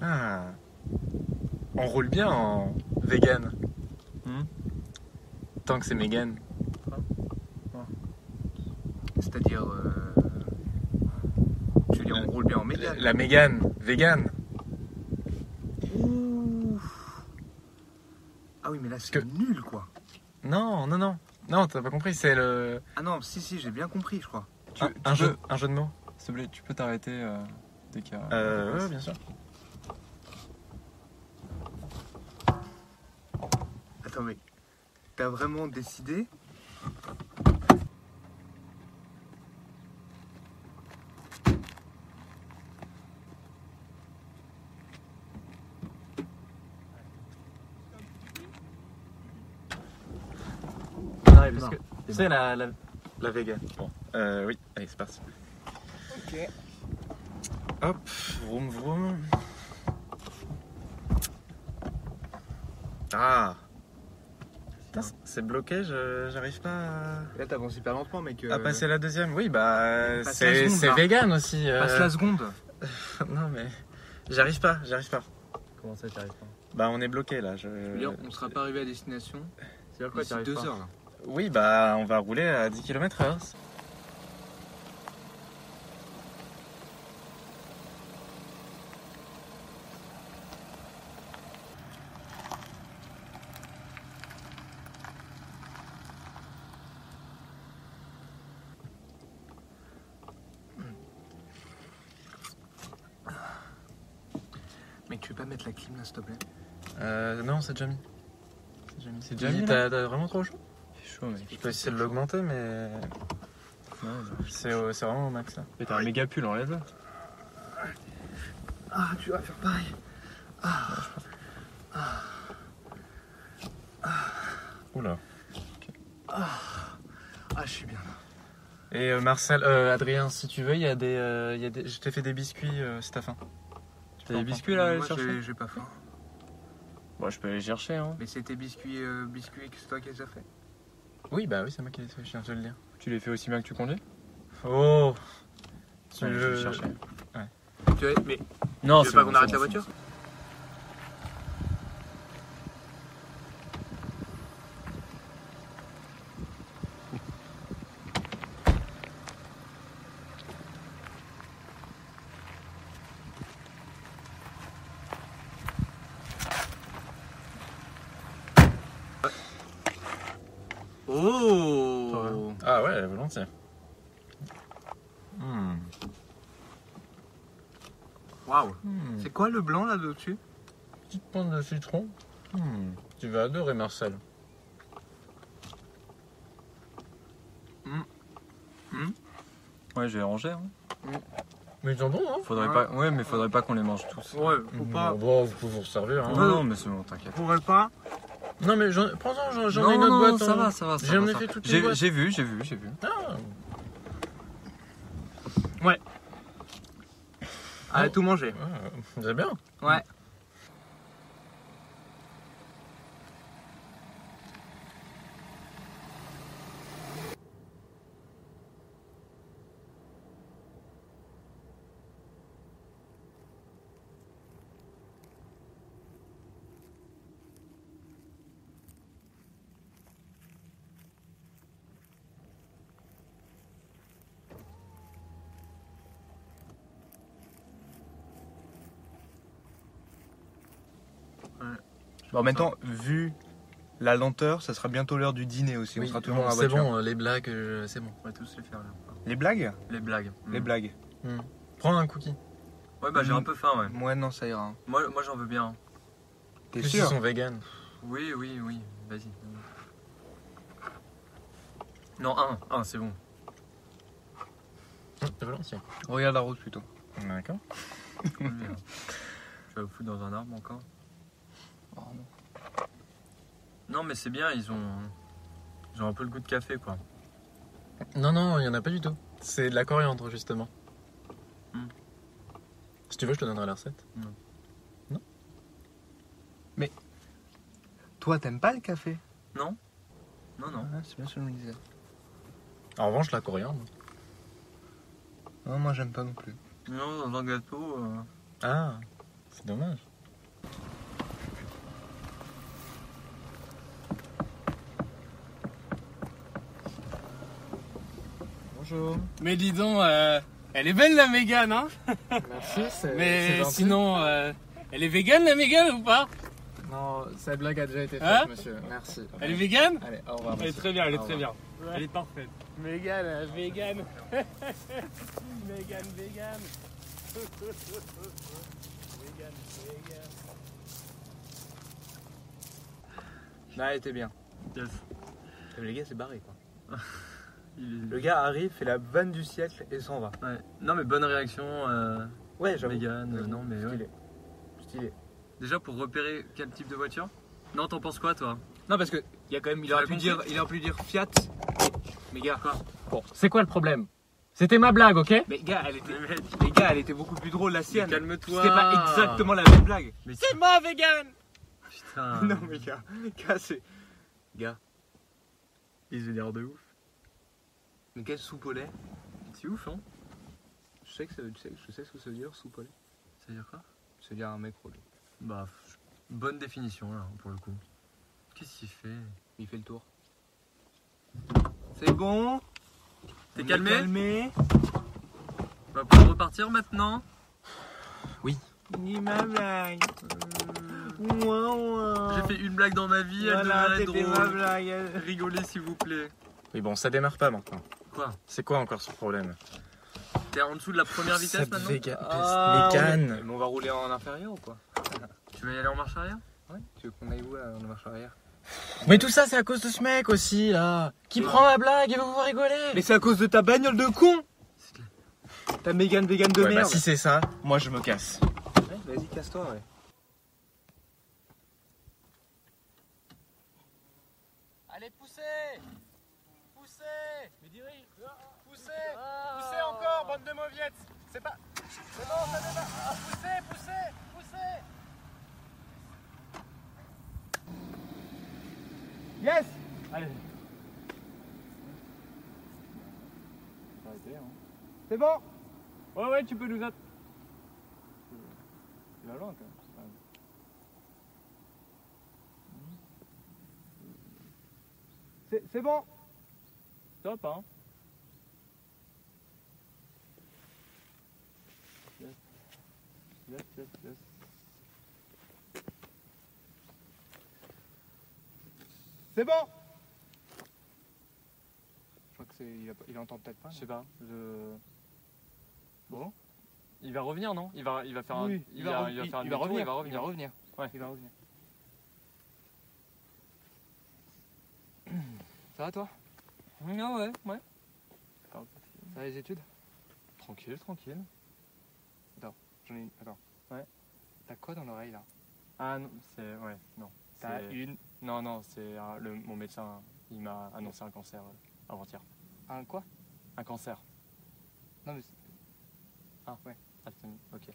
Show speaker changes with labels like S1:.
S1: Ah. On roule bien en vegan. Hmm Tant que c'est vegan.
S2: C'est-à-dire. euh, Tu veux dire, on roule bien en
S1: La,
S2: mégane
S1: la mégane, vegan.
S2: Ouh. Ah oui, mais là, c'est
S1: que-
S2: nul, quoi.
S1: Non, non, non. Non, t'as pas compris, c'est le.
S2: Ah non, si, si, j'ai bien compris, je crois.
S3: Tu-
S1: Un,
S3: tu
S1: Ah, un jeu,
S3: peux-
S1: un jeu de mots.
S3: S'il te plaît, tu peux t'arrêter euh, dès qu'il y a.
S1: Euh, ouais, bien sûr.
S2: Attends, mais. T'as vraiment décidé
S1: Non, mais
S2: Non.
S1: parce que. Tu sais, la, la, la vegan. Bon, euh, oui, allez, c'est parti.
S2: Ok.
S1: Hop, vroom vroom. Ah Putain, c'est- c'est bloqué, je- j'arrive pas à-
S2: Là, t'avances hyper lentement, mec. euh,
S1: à passer la deuxième. Oui, bah
S2: passe la
S1: c'est
S2: seconde,
S1: c'est
S2: là.
S1: vegan aussi. euh,
S2: Passe la seconde.
S1: Non mais j'arrive pas, j'arrive pas.
S3: Comment ça, t'arrives pas
S1: Bah on est bloqué là. Je...
S2: Je veux dire, on sera pas arrivé à destination
S3: C'est-à-dire
S2: d'ici deux heures. là.
S1: Oui, bah on va rouler à 10 km heure.
S2: Mec, tu veux pas mettre la clim là, s'il te plaît
S1: Euh, non, c'est déjà mis.
S3: C'est déjà
S1: Dis,
S3: mis
S1: T'as t'as vraiment trop chaud
S3: C'est chaud, mec.
S1: Je peux essayer de l'augmenter, mais
S3: Non, non.
S1: c'est au- c'est vraiment au max là.
S3: Mais t'as un méga pull, enlève-le.
S2: Ah, tu vas faire pareil. Ah.
S1: Oula.
S2: Ah, je suis bien.
S1: Et euh, Marcel, euh, Adrien, si tu veux, il y a des, euh, il y a des- je t'ai fait des biscuits, euh, si t'as faim. Tu
S3: T'as
S1: peux
S3: des
S1: en
S3: biscuits là à aller
S2: Moi,
S3: chercher
S2: j'ai- j'ai pas faim.
S3: Bon, je peux aller chercher, hein.
S2: Mais c'était biscuit, euh, biscuit, que c'est toi qui les as fait
S1: prendre. Oui, bah oui, c'est moi qui l'ai fait, je viens de te le dire.
S3: Tu les fais aussi bien que tu conduis
S1: Oh. Tu
S3: Ouais, je vais
S1: veux-
S3: chercher.
S2: Tu vois, mais
S3: Non,
S2: tu veux pas qu'on arrête la voiture Oh
S1: Ah ouais, volontiers. Hmm.
S2: Waouh
S1: Hmm.
S2: C'est quoi le blanc là dessus
S1: Petite pointe de citron. Hmm. Tu vas adorer Marcel.
S3: Ouais, je vais les ranger. Hein.
S1: Mais ils sont bons, hein
S3: Faudrait
S2: Ouais.
S3: pas... Ouais, mais faudrait pas qu'on les mange tous.
S2: Ouais, faut
S1: Bon,
S2: pas.
S1: bah, vous pouvez vous resservir. hein.
S3: Non, non, mais c'est bon, t'inquiète.
S2: Pourrait pas.
S1: Non, mais j'en- prends-en, j'en j'en ai
S3: Hein. Non,
S1: une autre
S3: non,
S1: boîte.
S3: ça
S1: hein.
S3: va, ça va. ça
S1: J'en
S3: va,
S1: ai
S3: ça
S1: fait
S3: va.
S1: toute une
S3: J'ai-
S1: boîte.
S3: J'ai vu, j'ai vu, j'ai vu.
S1: Ah.
S2: Allez, tout manger.
S1: Ah, c'est bien.
S2: Ouais.
S3: Bon, en même temps, vu la lenteur, ça sera bientôt l'heure du dîner aussi. on
S1: Oui,
S3: sera toujours
S1: bon,
S3: dans la
S1: c'est
S3: voiture.
S1: bon, euh, les blagues, euh, c'est bon.
S2: On va tous les faire là.
S3: Les blagues
S2: Les blagues.
S3: Les
S2: Mm.
S3: blagues.
S1: Prends un cookie.
S2: Ouais, bah j'ai
S3: Mm.
S2: un peu faim, ouais.
S3: Moi, non, ça ira. hein.
S2: Moi, moi j'en veux bien.
S3: T'es
S1: Plus
S3: sûr
S1: ils sont vegan.
S2: Oui, oui, oui. Vas-y. Non, un. Un, c'est bon.
S1: De Valenciennes.
S4: Regarde la route plutôt.
S1: D'accord.
S3: Merde. Tu vas vous foutre dans un arbre encore
S2: Oh,
S3: Non, mais c'est bien, ils ont. Ils ont un peu le goût de café, quoi.
S1: Non, non, il n'y en a pas du tout. C'est de la coriandre, justement.
S3: Hmm.
S1: Si tu veux, je te donnerai la recette.
S4: Toi, t'aimes pas le café
S3: Non, non.
S4: Ouais, C'est bien ce que je me disais.
S1: En revanche, la coriandre.
S4: Non, moi, j'aime pas non plus.
S3: Non, dans un gâteau. euh,
S1: Ah, c'est dommage. Bonjour.
S5: Mais dis donc, euh, elle est belle la Mégane, hein
S6: Merci, c'est c'est
S5: Mais
S6: gentil.
S5: sinon, euh, elle est végane la Mégane ou pas
S6: Non, cette blague a déjà été faite,
S5: Hein
S6: monsieur. Merci.
S5: Elle est végane
S6: Allez, au revoir. monsieur.
S5: très bien, elle
S6: est très
S5: bien. Elle est parfaite. Mégane, végane. Mégane, végane. Végane, végane.
S2: Non, elle Bah, était bien.
S3: Yes.
S2: Mais les gars, c'est barré quoi.
S3: il-
S2: Le gars arrive, fait la vanne du siècle et s'en va.
S3: Ouais. Non, mais bonne réaction, euh,
S2: Ouais, j'avoue.
S3: Mégane, euh, non, mais ouais.
S2: Stylé. Stylé.
S3: Déjà, pour repérer quel type de voiture Non, t'en penses quoi, toi
S2: Non, parce que il y a quand même. Il
S3: Ça
S2: aurait
S3: a
S2: pu
S3: compris.
S2: dire, il aurait pu dire Fiat. Mais gars,
S3: Quoi
S2: bon.
S5: C'est quoi le problème C'était ma blague, ok
S2: Mais gars, elle était. Les gars, elle était beaucoup plus drôle la sienne.
S3: Calme-toi
S2: C'était pas exactement la même blague.
S3: Mais c'est-
S5: C'est ma végane
S3: Putain
S2: Non, mais gars, gars, c'est.
S3: Ils ont l'air de ouf.
S2: Mais quel sous-polais
S3: C'est ouf, hein
S2: Je sais que ça veut- je sais- je sais ce que ça veut dire sous-polais.
S3: Ça veut dire quoi
S2: Ça veut dire un mec relou.
S3: Bah, f- bonne définition, là, hein, pour le coup. Qu'est-ce qu'il fait
S2: Il fait le tour.
S4: C'est bon
S3: T'es
S4: On est
S3: calmé
S4: Calmé.
S3: On va pouvoir repartir maintenant
S4: Ni ma blague. Ouin, ouin.
S3: J'ai fait une blague dans ma vie, elle
S4: Voilà,
S3: devrait être
S4: c'était ma
S3: drôle.
S4: blague.
S3: Rigolez, s'il vous plaît.
S1: Oui, bon, ça démarre pas maintenant.
S3: Quoi
S1: C'est quoi encore ce problème
S3: T'es en dessous de la première vitesse
S1: Cette
S3: maintenant
S1: véga- peste
S2: Ah,
S1: mégane.
S2: Mais on va rouler en inférieur ou quoi Ah
S3: Tu veux y aller en marche arrière
S2: Ouais. Tu veux qu'on aille où là, en marche arrière
S1: Mais tout ça, c'est à cause de ce mec aussi, là Qui prend ma blague et veut vous voir rigoler
S4: Mais c'est à cause de ta bagnole de con
S3: C'est de
S4: Ta mégane végane de
S1: Ouais, bah,
S4: merde
S1: si c'est ça, moi je me casse.
S2: Ouais, vas-y, casse-toi, ouais.
S5: Allez, poussez Poussez Mais dirige Poussez Poussez encore, bande de mauviettes C'est pas... C'est bon, ça démarre Ah, Poussez, poussez, poussez Yes Allez
S4: hein.
S5: C'est bon Ouais, ouais, tu peux nous attendre.
S4: hein,
S5: Hmm. C'est c'est bon Top, hein C'est bon
S6: Je crois que c'est. Il, a- il entend peut-être pas.
S2: Je sais pas. Je...
S6: Bon.
S2: Il va revenir, non il va, il va faire un.
S6: Oui,
S2: il, va, il va faire un demi-tour,
S6: revenir.
S2: Il va revenir.
S6: revenir.
S2: Ouais.
S6: Il va revenir. Ça va toi
S2: Ah ouais, ouais.
S6: Ça va les études
S2: Tranquille, tranquille.
S6: J'en ai une. Attends.
S2: Ouais.
S6: T'as quoi dans l'oreille là
S2: Ah non, c'est. Ouais, non.
S6: T'as
S2: C'est-
S6: une.
S2: Non, non, c'est. euh, le- Mon médecin, il m'a annoncé un cancer euh, avant-hier.
S6: Un quoi
S2: Un cancer.
S6: Non mais. c'est-
S2: Ah.
S6: ouais.
S2: Alzheimer, ok.